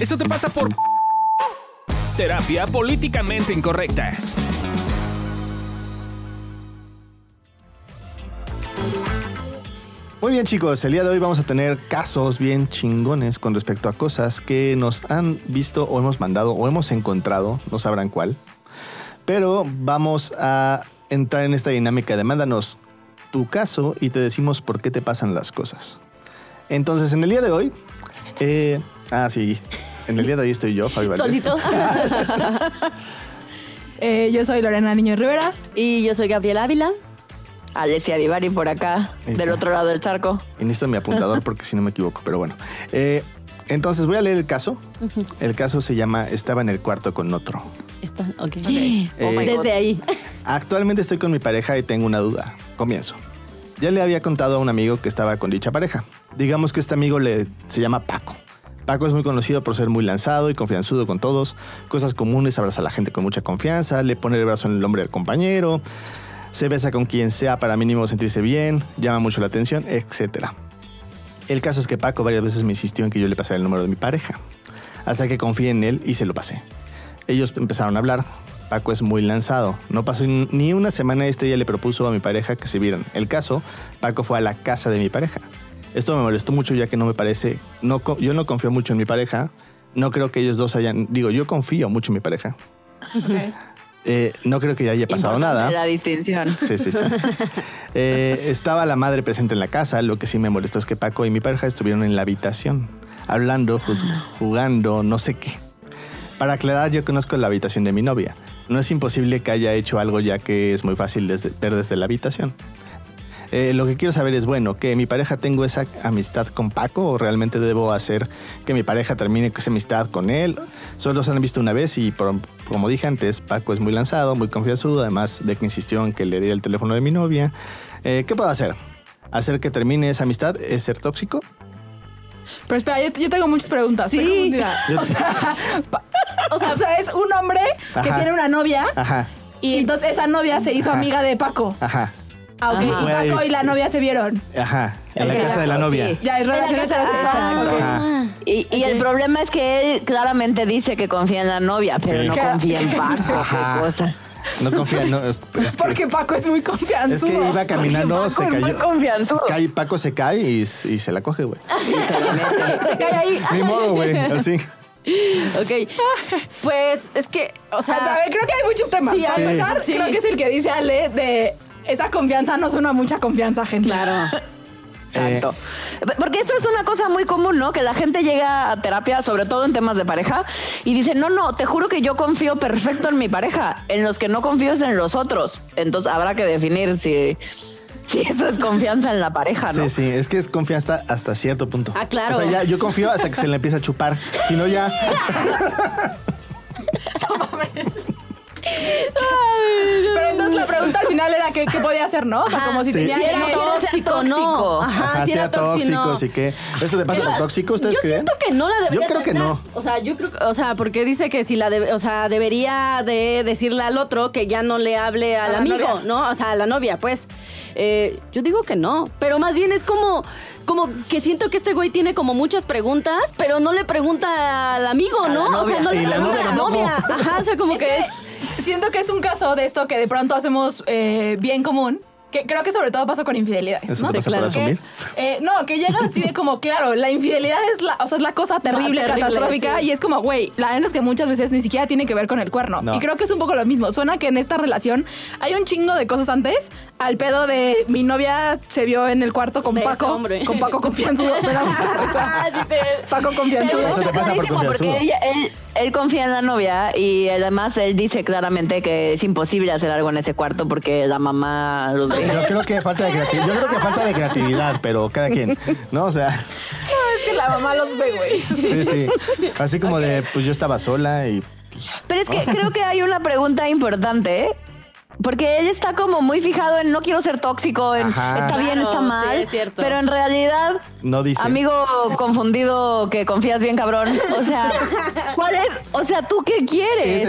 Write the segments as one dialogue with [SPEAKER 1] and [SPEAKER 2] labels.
[SPEAKER 1] Eso te pasa por terapia políticamente incorrecta.
[SPEAKER 2] Muy bien chicos, el día de hoy vamos a tener casos bien chingones con respecto a cosas que nos han visto o hemos mandado o hemos encontrado, no sabrán cuál. Pero vamos a entrar en esta dinámica de mándanos tu caso y te decimos por qué te pasan las cosas. Entonces, en el día de hoy... eh, ah, sí. En el día de hoy estoy yo, Fabio Valdés.
[SPEAKER 3] Solito.
[SPEAKER 4] Eh, yo soy Lorena Niño Rivera.
[SPEAKER 3] Y yo soy Gabriel Ávila.
[SPEAKER 5] Alessia Divari por acá,
[SPEAKER 2] Ahí
[SPEAKER 5] del
[SPEAKER 2] está.
[SPEAKER 5] otro lado del charco.
[SPEAKER 2] Y necesito mi apuntador porque si no me equivoco, pero bueno. Eh, entonces voy a leer el caso. El caso se llama Estaba en el cuarto con otro.
[SPEAKER 3] Está, ok.
[SPEAKER 2] Eh,
[SPEAKER 5] Oh my God.
[SPEAKER 3] Desde ahí.
[SPEAKER 2] Actualmente estoy con mi pareja y tengo una duda. Comienzo. Ya le había contado a un amigo que estaba con dicha pareja. Digamos que este amigo le, se llama Paco. Paco es muy conocido por ser muy lanzado y confianzudo con todos. Cosas comunes, abraza a la gente con mucha confianza, le pone el brazo en el hombro del compañero, se besa con quien sea para mínimo sentirse bien, llama mucho la atención, etc. El caso es que Paco varias veces me insistió en que yo le pasara el número de mi pareja. Hasta que confié en él y se lo pasé. Ellos empezaron a hablar. Paco es muy lanzado. No pasó ni una semana y este día le propuso a mi pareja que se vieran. El caso, Paco fue a la casa de mi pareja. Esto me molestó mucho ya que no me parece, no, co- yo no confío mucho en mi pareja. No creo que ellos dos hayan, digo, yo confío mucho en mi pareja. Eh, no creo que haya pasado
[SPEAKER 5] Importante
[SPEAKER 2] nada.
[SPEAKER 5] La distinción.
[SPEAKER 2] Sí, sí, sí. Eh, estaba la madre presente en la casa. Lo que sí me molestó es que Paco y mi pareja estuvieron en la habitación, hablando, juz- jugando, no sé qué. Para aclarar, yo conozco la habitación de mi novia. No es imposible que haya hecho algo ya que es muy fácil desde- ver desde la habitación. Eh, lo que quiero saber es, bueno, que mi pareja tengo esa amistad con Paco o realmente debo hacer que mi pareja termine esa amistad con él. Solo se han visto una vez y por- como dije antes, Paco es muy lanzado, muy confianzudo, además de que insistió en que le diera el teléfono de mi novia. Eh, ¿Qué puedo hacer? ¿Hacer que termine esa amistad es ser tóxico?
[SPEAKER 4] Pero espera, yo, yo tengo muchas preguntas.
[SPEAKER 3] Sí.
[SPEAKER 4] estoy confundida.
[SPEAKER 2] Yo-
[SPEAKER 4] O sea, pa- o sea, o sea, es un hombre que
[SPEAKER 2] Ajá.
[SPEAKER 4] tiene una novia
[SPEAKER 2] Ajá,
[SPEAKER 4] y entonces esa novia se hizo
[SPEAKER 2] Ajá.
[SPEAKER 4] amiga de Paco.
[SPEAKER 2] ajá,
[SPEAKER 4] Ah, ok.
[SPEAKER 3] Ajá.
[SPEAKER 4] Y Paco y la novia se vieron.
[SPEAKER 2] ajá. En la casa de la novia.
[SPEAKER 4] Ya, es relación
[SPEAKER 3] casa-
[SPEAKER 4] heterosexual.
[SPEAKER 3] ah,
[SPEAKER 4] ok.
[SPEAKER 2] Ajá.
[SPEAKER 5] Y, y el problema es que él claramente dice que confía en la novia, pero
[SPEAKER 2] Sí.
[SPEAKER 5] no confía en Paco.
[SPEAKER 2] Ajá.
[SPEAKER 5] qué cosas.
[SPEAKER 2] No confía, no. es- es que-
[SPEAKER 4] Porque Paco es muy
[SPEAKER 2] Es
[SPEAKER 4] confianzudo.
[SPEAKER 2] que iba caminando,
[SPEAKER 5] Paco
[SPEAKER 2] se
[SPEAKER 5] es muy
[SPEAKER 2] cayó.
[SPEAKER 5] confianzudo.
[SPEAKER 2] Cae- Paco se cae y, y se la coge, güey.
[SPEAKER 3] Se cae ahí.
[SPEAKER 2] Ni modo, güey. Así.
[SPEAKER 3] Ok. Pues es que, o
[SPEAKER 4] O sea, a
[SPEAKER 3] sea.
[SPEAKER 4] ver, creo que hay muchos temas.
[SPEAKER 3] Sí,
[SPEAKER 4] Para
[SPEAKER 2] sí.
[SPEAKER 4] empezar,
[SPEAKER 3] Sí.
[SPEAKER 4] creo que es el que dice Ale de esa confianza no suena a mucha confianza, gente.
[SPEAKER 3] Claro.
[SPEAKER 2] Eh,
[SPEAKER 5] Exacto. Porque eso es una cosa muy común, ¿no? Que la gente llega a terapia, sobre todo en temas de pareja, y dice, no, no, te juro que yo confío perfecto en mi pareja. En los que no confío es en los otros. Entonces habrá que definir si, si eso es confianza en la pareja, Ah, ¿no?
[SPEAKER 2] Sí, sí, es que es confianza hasta, hasta cierto punto.
[SPEAKER 3] Ah, claro.
[SPEAKER 2] O sea, ya yo confío hasta que se le empieza a chupar. Si no, ya.
[SPEAKER 4] Pero entonces la pregunta al final era qué, qué podía hacer, ¿no? O sea,
[SPEAKER 3] Ajá.
[SPEAKER 4] como si
[SPEAKER 2] Sí.
[SPEAKER 4] tenía
[SPEAKER 3] Si era
[SPEAKER 4] novio.
[SPEAKER 3] tóxico, no.
[SPEAKER 5] tóxico.
[SPEAKER 3] Ajá,
[SPEAKER 2] Ajá,
[SPEAKER 3] si
[SPEAKER 2] sea
[SPEAKER 3] Ah, era tóxico. no.
[SPEAKER 2] tóxico, y que. ¿Eso te pasa por tóxico? ¿Ustedes
[SPEAKER 3] yo
[SPEAKER 2] creen?
[SPEAKER 3] siento que no la debería
[SPEAKER 2] Yo creo que
[SPEAKER 3] tratar.
[SPEAKER 2] no.
[SPEAKER 3] O sea, yo creo que, o sea, porque dice que si la debe- o sea, debería de decirle al otro que ya no le hable
[SPEAKER 4] A
[SPEAKER 3] al
[SPEAKER 4] la
[SPEAKER 3] amigo,
[SPEAKER 4] novia.
[SPEAKER 3] ¿no? O sea, a la novia, pues. Eh, yo digo que no, pero más bien es como como que siento que este güey tiene como muchas preguntas, pero no le pregunta al amigo, ¿no? O sea, no
[SPEAKER 2] Y
[SPEAKER 3] le
[SPEAKER 2] la
[SPEAKER 3] pregunta a la
[SPEAKER 2] novia
[SPEAKER 3] novia. Ajá, o sea, como que es
[SPEAKER 4] Siento que es un caso de esto que de pronto hacemos eh, bien común. Que creo que sobre todo pasa con infidelidades,
[SPEAKER 2] Eso
[SPEAKER 4] ¿no?
[SPEAKER 2] te pasa por
[SPEAKER 3] claro.
[SPEAKER 2] asumir.
[SPEAKER 4] Eh, no, que llega así de como, claro, la infidelidad es la, o sea, es la cosa terrible,
[SPEAKER 3] Ah, terrible,
[SPEAKER 4] catastrófica,
[SPEAKER 3] sí.
[SPEAKER 4] y es como, güey, la verdad es que muchas veces ni siquiera tiene que ver con el cuerno.
[SPEAKER 2] No.
[SPEAKER 4] Y creo que es un poco lo mismo. Suena que en esta relación hay un chingo de cosas antes, al pedo de mi novia se vio en el cuarto con
[SPEAKER 3] De
[SPEAKER 4] Paco,
[SPEAKER 3] este hombre.
[SPEAKER 4] con Paco confianzudo, me da mucha
[SPEAKER 5] Ah,
[SPEAKER 4] risa. Pues, Paco confianzudo.
[SPEAKER 2] Eso te pasa por
[SPEAKER 5] Clarísimo, porque
[SPEAKER 2] confianzudo.
[SPEAKER 5] ella- él, él confía en la novia y además él dice claramente que es imposible hacer algo en ese cuarto porque la mamá los ve.
[SPEAKER 2] Yo creo que falta de creatividad. Yo creo que falta de creatividad, pero cada quien. ¿No? O sea,
[SPEAKER 4] Es que la mamá los ve, güey.
[SPEAKER 2] sí, sí. Así como de, pues yo estaba sola y.
[SPEAKER 5] Pero es que creo que hay una pregunta importante, ¿eh? porque él está como muy fijado en no quiero ser tóxico, en
[SPEAKER 2] Ajá.
[SPEAKER 5] está bien,
[SPEAKER 3] Claro,
[SPEAKER 5] está mal,
[SPEAKER 3] sí, es cierto.
[SPEAKER 5] pero en realidad,
[SPEAKER 2] No dice.
[SPEAKER 5] amigo confundido que confías bien cabrón, o sea, ¿cuál es? O sea, ¿tú qué quieres?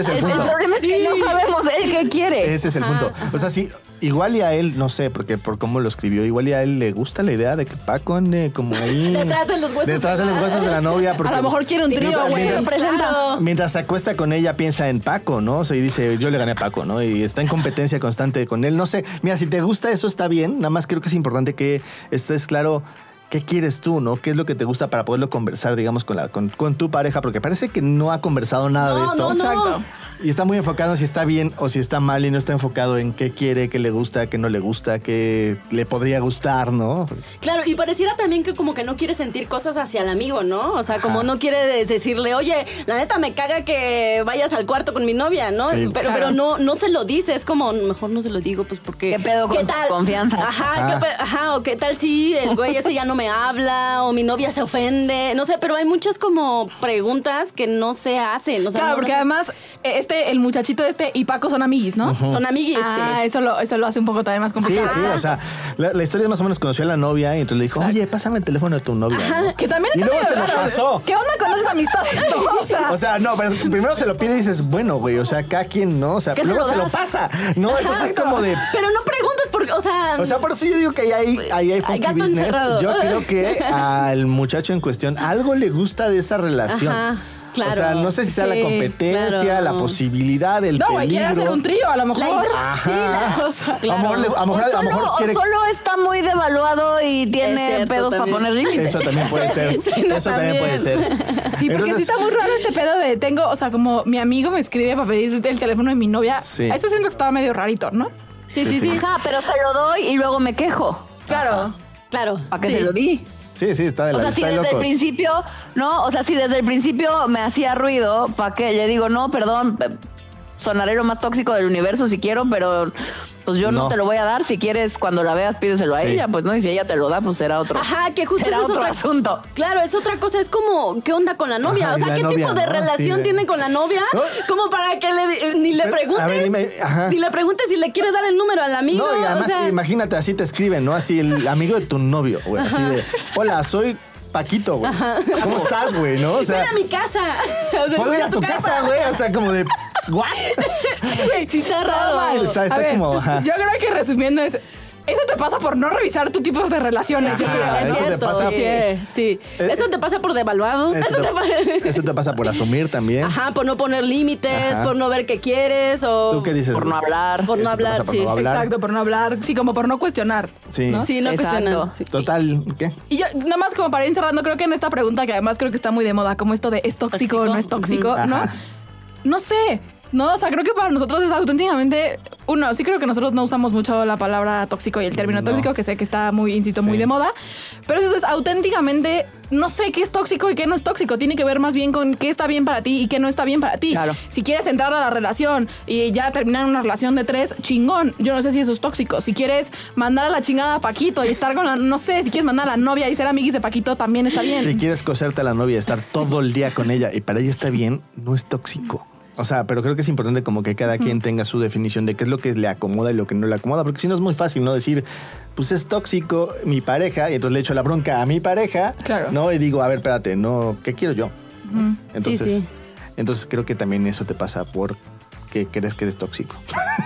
[SPEAKER 2] Ese es el punto.
[SPEAKER 5] problema es que no sabemos él qué quiere.
[SPEAKER 2] Ese es el punto. O sea, sí, Igual y a él, no sé, porque por cómo lo escribió, igual y a él le gusta la idea de que Paco ande como ahí.
[SPEAKER 3] Detrás de los huesos
[SPEAKER 2] Detrás de
[SPEAKER 3] de
[SPEAKER 2] los
[SPEAKER 3] la-
[SPEAKER 2] huesos de la novia.
[SPEAKER 4] A
[SPEAKER 2] porque,
[SPEAKER 4] lo mejor
[SPEAKER 2] pues,
[SPEAKER 4] quiere un trío,
[SPEAKER 2] mientras-
[SPEAKER 4] güey.
[SPEAKER 2] mientras-
[SPEAKER 4] Representa.
[SPEAKER 2] Mientras se acuesta con ella, piensa en Paco, ¿no? O sea, y dice, yo le gané a Paco, ¿no? Y está en competencia constante con él. No sé, mira, si te gusta eso está bien, nada más creo que es importante que estés claro qué quieres tú, ¿no? ¿Qué es lo que te gusta para poderlo conversar, digamos, con, la, con, con tu pareja? Porque parece que no ha conversado nada de
[SPEAKER 3] No,
[SPEAKER 2] esto.
[SPEAKER 3] no, no.
[SPEAKER 4] Exacto.
[SPEAKER 2] Y está muy enfocado en si está bien o si está mal y no está enfocado en qué quiere, qué le gusta, qué no le gusta, qué le podría gustar, ¿no?
[SPEAKER 3] Claro, y pareciera también que como que no quiere sentir cosas hacia el amigo, ¿no? O sea, como
[SPEAKER 2] Ajá.
[SPEAKER 3] no quiere de- decirle, oye, la neta me caga que vayas al cuarto con mi novia, ¿no?
[SPEAKER 2] Sí.
[SPEAKER 4] Claro.
[SPEAKER 3] pero pero no, no se lo dice, es como, mejor no se lo digo, pues porque...
[SPEAKER 5] ¿Qué pedo con tu confianza?
[SPEAKER 3] Ajá, ¿qué
[SPEAKER 2] Ah.
[SPEAKER 3] pe- ajá, o qué tal si el güey ese ya no me habla, o mi novia se ofende, no sé, pero hay muchas como preguntas que no se hacen, o sea,
[SPEAKER 4] claro,
[SPEAKER 3] no
[SPEAKER 4] porque
[SPEAKER 3] nos-
[SPEAKER 4] además, eh, este, el muchachito este y Paco son amiguis, ¿no?
[SPEAKER 3] son amiguis.
[SPEAKER 4] Ah,
[SPEAKER 3] eh.
[SPEAKER 4] eso lo, eso lo hace un poco también más
[SPEAKER 2] Sí,
[SPEAKER 4] complicado.
[SPEAKER 2] sí, o sea, la, la historia es más o menos conoció a la novia y entonces le dijo, oye, pásame el teléfono de tu novia. ¿no?
[SPEAKER 4] Ah, Que también
[SPEAKER 2] Y
[SPEAKER 4] está
[SPEAKER 2] luego
[SPEAKER 4] medio
[SPEAKER 2] se lo
[SPEAKER 4] raro. ¿eh?
[SPEAKER 2] pasó.
[SPEAKER 4] ¿Qué onda con esas amistades? no? O sea,
[SPEAKER 2] O sea, no, pero primero se lo pide y dices, bueno, güey, o sea, acá quien no, o sea,
[SPEAKER 5] ¿Qué se
[SPEAKER 2] luego
[SPEAKER 5] lo
[SPEAKER 2] se lo
[SPEAKER 5] das?
[SPEAKER 2] pasa. No, entonces es como de.
[SPEAKER 3] Pero no preguntas porque, o sea,
[SPEAKER 2] O sea, por eso yo digo que ahí hay, ahí hay funky
[SPEAKER 3] gato
[SPEAKER 2] business.
[SPEAKER 3] encerrado.
[SPEAKER 2] Yo creo que al muchacho en cuestión algo le gusta de esa relación.
[SPEAKER 3] Ajá, claro.
[SPEAKER 2] O sea, no sé si sea la
[SPEAKER 3] Sí,
[SPEAKER 2] competencia,
[SPEAKER 3] claro.
[SPEAKER 2] la posibilidad, el
[SPEAKER 4] no, güey, quiere
[SPEAKER 2] peligro. Ah.
[SPEAKER 4] hacer un trío, a lo
[SPEAKER 3] la
[SPEAKER 4] mejor.
[SPEAKER 3] idea- sí,
[SPEAKER 2] Ajá.
[SPEAKER 3] la- o sea,
[SPEAKER 2] A lo mejor, le- a lo
[SPEAKER 5] O
[SPEAKER 2] mejor- a lo
[SPEAKER 5] solo,
[SPEAKER 2] mejor
[SPEAKER 5] o
[SPEAKER 2] quiere.
[SPEAKER 5] solo está muy devaluado y tiene
[SPEAKER 3] cierto,
[SPEAKER 5] pedos
[SPEAKER 3] también.
[SPEAKER 5] para poner límites.
[SPEAKER 2] Eso también puede ser.
[SPEAKER 5] Sí, no,
[SPEAKER 2] eso también puede ser.
[SPEAKER 4] Sí, porque
[SPEAKER 2] Entonces-
[SPEAKER 4] sí está muy raro este pedo de tengo, o sea, como mi amigo me escribe para pedir el teléfono de mi novia.
[SPEAKER 2] Sí.
[SPEAKER 4] Eso siento que estaba medio rarito, ¿no?
[SPEAKER 3] sí, sí,
[SPEAKER 2] Sí,
[SPEAKER 3] sí,
[SPEAKER 2] sí.
[SPEAKER 5] Ajá, pero se lo doy y luego me quejo.
[SPEAKER 4] Claro.
[SPEAKER 3] claro.
[SPEAKER 5] ¿Para qué
[SPEAKER 3] sí.
[SPEAKER 5] se lo di?
[SPEAKER 2] Sí, sí, está de
[SPEAKER 5] O
[SPEAKER 2] la
[SPEAKER 5] sea, si
[SPEAKER 2] está de
[SPEAKER 5] desde el
[SPEAKER 2] locos.
[SPEAKER 5] principio, no, o sea, si desde el principio me hacía ruido, ¿para qué? Le digo, no, perdón, pe- sonaré lo más tóxico del universo si quiero, pero pues yo no,
[SPEAKER 2] No.
[SPEAKER 5] te lo voy a dar. Si quieres, cuando la veas, pídeselo a
[SPEAKER 2] Sí.
[SPEAKER 5] ella, pues no, y si ella te lo da, pues será otro.
[SPEAKER 3] Ajá, que justo
[SPEAKER 5] será
[SPEAKER 3] eso es
[SPEAKER 5] otro
[SPEAKER 3] otra-
[SPEAKER 5] asunto.
[SPEAKER 3] Claro, es otra cosa, es como, ¿qué onda con la novia?
[SPEAKER 2] Ajá,
[SPEAKER 3] o
[SPEAKER 2] y
[SPEAKER 3] sea,
[SPEAKER 2] la
[SPEAKER 3] ¿qué tipo
[SPEAKER 2] novia,
[SPEAKER 3] de
[SPEAKER 2] ¿no?
[SPEAKER 3] relación
[SPEAKER 2] Sí,
[SPEAKER 3] tiene
[SPEAKER 2] de-
[SPEAKER 3] con la novia?
[SPEAKER 2] ¿No?
[SPEAKER 3] Como para que le, eh, ni le
[SPEAKER 2] Pero, a
[SPEAKER 3] preguntes,
[SPEAKER 2] ver, dime, ajá.
[SPEAKER 3] ni le preguntes si le quiere dar el número al amigo.
[SPEAKER 2] No, y además,
[SPEAKER 3] o sea,
[SPEAKER 2] imagínate, así te escriben, ¿no? Así el amigo de tu novio, güey. Así de, hola, soy Paquito, güey. ¿Cómo estás, güey? ¿No? O
[SPEAKER 3] ven
[SPEAKER 2] sea,
[SPEAKER 3] a mi casa. O sea,
[SPEAKER 2] puedo
[SPEAKER 3] ven
[SPEAKER 2] ir a tu casa, güey. O sea, como de, ¿what?
[SPEAKER 3] Sí, está raro.
[SPEAKER 2] Está- está
[SPEAKER 4] A ver,
[SPEAKER 2] como, ajá.
[SPEAKER 4] Yo creo que resumiendo es. Eso te pasa por no revisar tu tipo de relaciones.
[SPEAKER 3] Sí,
[SPEAKER 4] yo creo.
[SPEAKER 2] Ajá,
[SPEAKER 3] es
[SPEAKER 2] eso te
[SPEAKER 3] cierto.
[SPEAKER 2] pasa-
[SPEAKER 3] sí, sí.
[SPEAKER 2] Eh,
[SPEAKER 3] eso te pasa por devaluado.
[SPEAKER 2] Eso
[SPEAKER 3] eso te
[SPEAKER 2] te,
[SPEAKER 3] pasa.
[SPEAKER 2] eso te pasa por asumir también.
[SPEAKER 3] Ajá, por no poner límites,
[SPEAKER 2] Ajá.
[SPEAKER 3] por no ver qué quieres o
[SPEAKER 2] ¿Tú qué dices?
[SPEAKER 5] Por no
[SPEAKER 2] güey?
[SPEAKER 5] hablar.
[SPEAKER 3] por no
[SPEAKER 2] Eso te
[SPEAKER 3] hablar,
[SPEAKER 2] pasa por
[SPEAKER 3] sí.
[SPEAKER 2] no hablar.
[SPEAKER 4] Exacto, por no hablar. Sí, como por no cuestionar.
[SPEAKER 2] Sí.
[SPEAKER 4] ¿no?
[SPEAKER 3] Sí, no
[SPEAKER 5] Exacto.
[SPEAKER 3] cuestionar. sí.
[SPEAKER 2] Total, ¿qué?
[SPEAKER 4] Y yo, nada más como para ir cerrando, creo que en esta pregunta, que además creo que está muy de moda, como esto de es tóxico o no es tóxico,
[SPEAKER 2] Ujú.
[SPEAKER 4] ¿no?
[SPEAKER 2] Ajá.
[SPEAKER 4] No sé. No, o sea, creo que para nosotros es auténticamente. Uno, sí creo que nosotros no usamos mucho la palabra tóxico y el término
[SPEAKER 2] No.
[SPEAKER 4] tóxico, que sé que está muy, insisto, muy
[SPEAKER 2] Sí.
[SPEAKER 4] de moda. Pero eso es auténticamente. No sé qué es tóxico y qué no es tóxico. Tiene que ver más bien con qué está bien para ti y qué no está bien para ti.
[SPEAKER 5] Claro.
[SPEAKER 4] Si quieres entrar a la relación y ya terminar una relación de tres, chingón. Yo no sé si eso es tóxico. Si quieres mandar a la chingada a Paquito y estar con la. No sé, si quieres mandar a la novia y ser amiguis de Paquito, también está bien.
[SPEAKER 2] Si quieres coserte a la novia, estar todo el día con ella y para ella está bien, no es tóxico. O sea, pero creo que es importante como que cada quien tenga su definición de qué es lo que le acomoda y lo que no le acomoda, porque si no es muy fácil, ¿no? Decir, pues es tóxico mi pareja, y entonces le echo la bronca a mi pareja,
[SPEAKER 4] Claro.
[SPEAKER 2] ¿no? Y digo, a ver, espérate, no, ¿qué quiero yo? Entonces,
[SPEAKER 3] sí.
[SPEAKER 2] entonces creo que también eso te pasa por que crees que eres tóxico.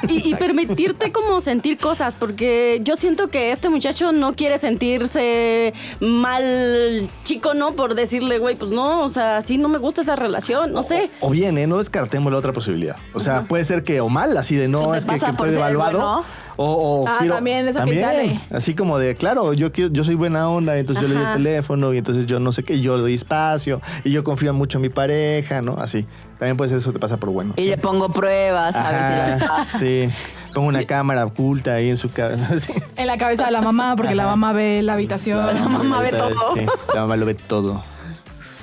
[SPEAKER 3] Y, y permitirte como sentir cosas, porque yo siento que este muchacho no quiere sentirse mal chico, ¿no? Por decirle, güey, pues no, o sea, sí, no me gusta esa relación, no sé.
[SPEAKER 2] O bien, ¿eh? No descartemos la otra posibilidad. O sea, puede ser que o mal, así de
[SPEAKER 5] Eso
[SPEAKER 2] no,
[SPEAKER 5] te
[SPEAKER 2] es que,
[SPEAKER 5] pasa
[SPEAKER 2] que
[SPEAKER 5] por
[SPEAKER 2] estoy
[SPEAKER 5] ser
[SPEAKER 2] devaluado.
[SPEAKER 5] bueno.
[SPEAKER 2] O, o
[SPEAKER 4] Ah,
[SPEAKER 2] quiero-
[SPEAKER 4] también, eso
[SPEAKER 2] también,
[SPEAKER 4] pensarle.
[SPEAKER 2] Así como de, claro, yo quiero, yo soy buena onda, entonces yo le doy
[SPEAKER 3] Ajá.
[SPEAKER 2] el teléfono y entonces yo no sé qué, y yo le doy espacio y yo confío mucho en mi pareja, ¿no? Así. También puede ser eso te pasa por bueno.
[SPEAKER 5] Y le pongo pruebas, a ver si las
[SPEAKER 2] Ajá,
[SPEAKER 5] pasa.
[SPEAKER 2] sí. Pongo una cámara oculta ahí en su cabeza. sí.
[SPEAKER 4] En la cabeza de la mamá, porque la
[SPEAKER 2] Ajá.
[SPEAKER 4] mamá ve la habitación.
[SPEAKER 5] mamá ve
[SPEAKER 2] ahorita,
[SPEAKER 5] todo.
[SPEAKER 2] sí, la mamá lo ve todo.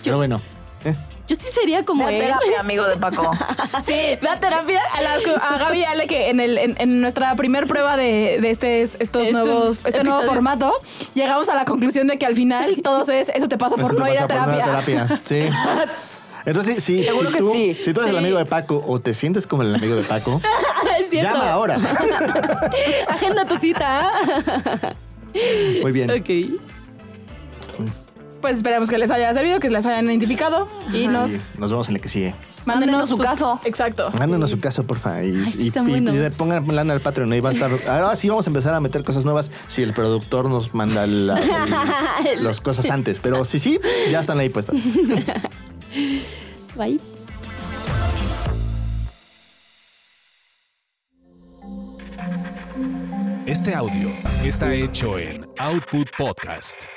[SPEAKER 2] Pero bueno. ¿eh?
[SPEAKER 3] Yo sí sería como
[SPEAKER 5] Ve a
[SPEAKER 3] él.
[SPEAKER 5] terapia, amigo de Paco.
[SPEAKER 4] Sí, la terapia a, la- a Gaby y Ale que en, el, en, en nuestra primer prueba de, de este, estos
[SPEAKER 3] Este
[SPEAKER 4] nuevos, este nuevo
[SPEAKER 3] episodio.
[SPEAKER 4] formato, llegamos a la conclusión de que al final todos es eso te pasa por
[SPEAKER 2] Eso
[SPEAKER 4] no
[SPEAKER 2] te
[SPEAKER 4] ir a
[SPEAKER 2] pasa por
[SPEAKER 4] terapia.
[SPEAKER 2] no ir a terapia, Sí. Entonces, sí,
[SPEAKER 5] Seguro
[SPEAKER 2] si,
[SPEAKER 5] que
[SPEAKER 2] tú,
[SPEAKER 5] sí.
[SPEAKER 2] si tú eres el
[SPEAKER 4] Sí.
[SPEAKER 2] amigo de Paco o te sientes como el amigo de Paco,
[SPEAKER 3] Es cierto.
[SPEAKER 2] llama ahora.
[SPEAKER 3] Agenda tu cita.
[SPEAKER 2] Muy bien.
[SPEAKER 3] ok.
[SPEAKER 4] Pues esperemos que les haya servido, que les hayan identificado y nos
[SPEAKER 2] Y nos vemos en la que sigue.
[SPEAKER 5] Mándenos su
[SPEAKER 4] sus-
[SPEAKER 5] caso.
[SPEAKER 4] Exacto.
[SPEAKER 2] Mándenos su caso, porfa. Y,
[SPEAKER 3] Ay, sí
[SPEAKER 2] y-
[SPEAKER 3] están
[SPEAKER 2] y-
[SPEAKER 3] buenos.
[SPEAKER 2] y le pongan lana al Patreon. Ahí va a estar. Ahora sí vamos a empezar a meter cosas nuevas si el productor nos manda la- el- las cosas antes. Pero sí, sí, ya están ahí puestas.
[SPEAKER 3] Bye.
[SPEAKER 1] Este audio está hecho en Output Podcast.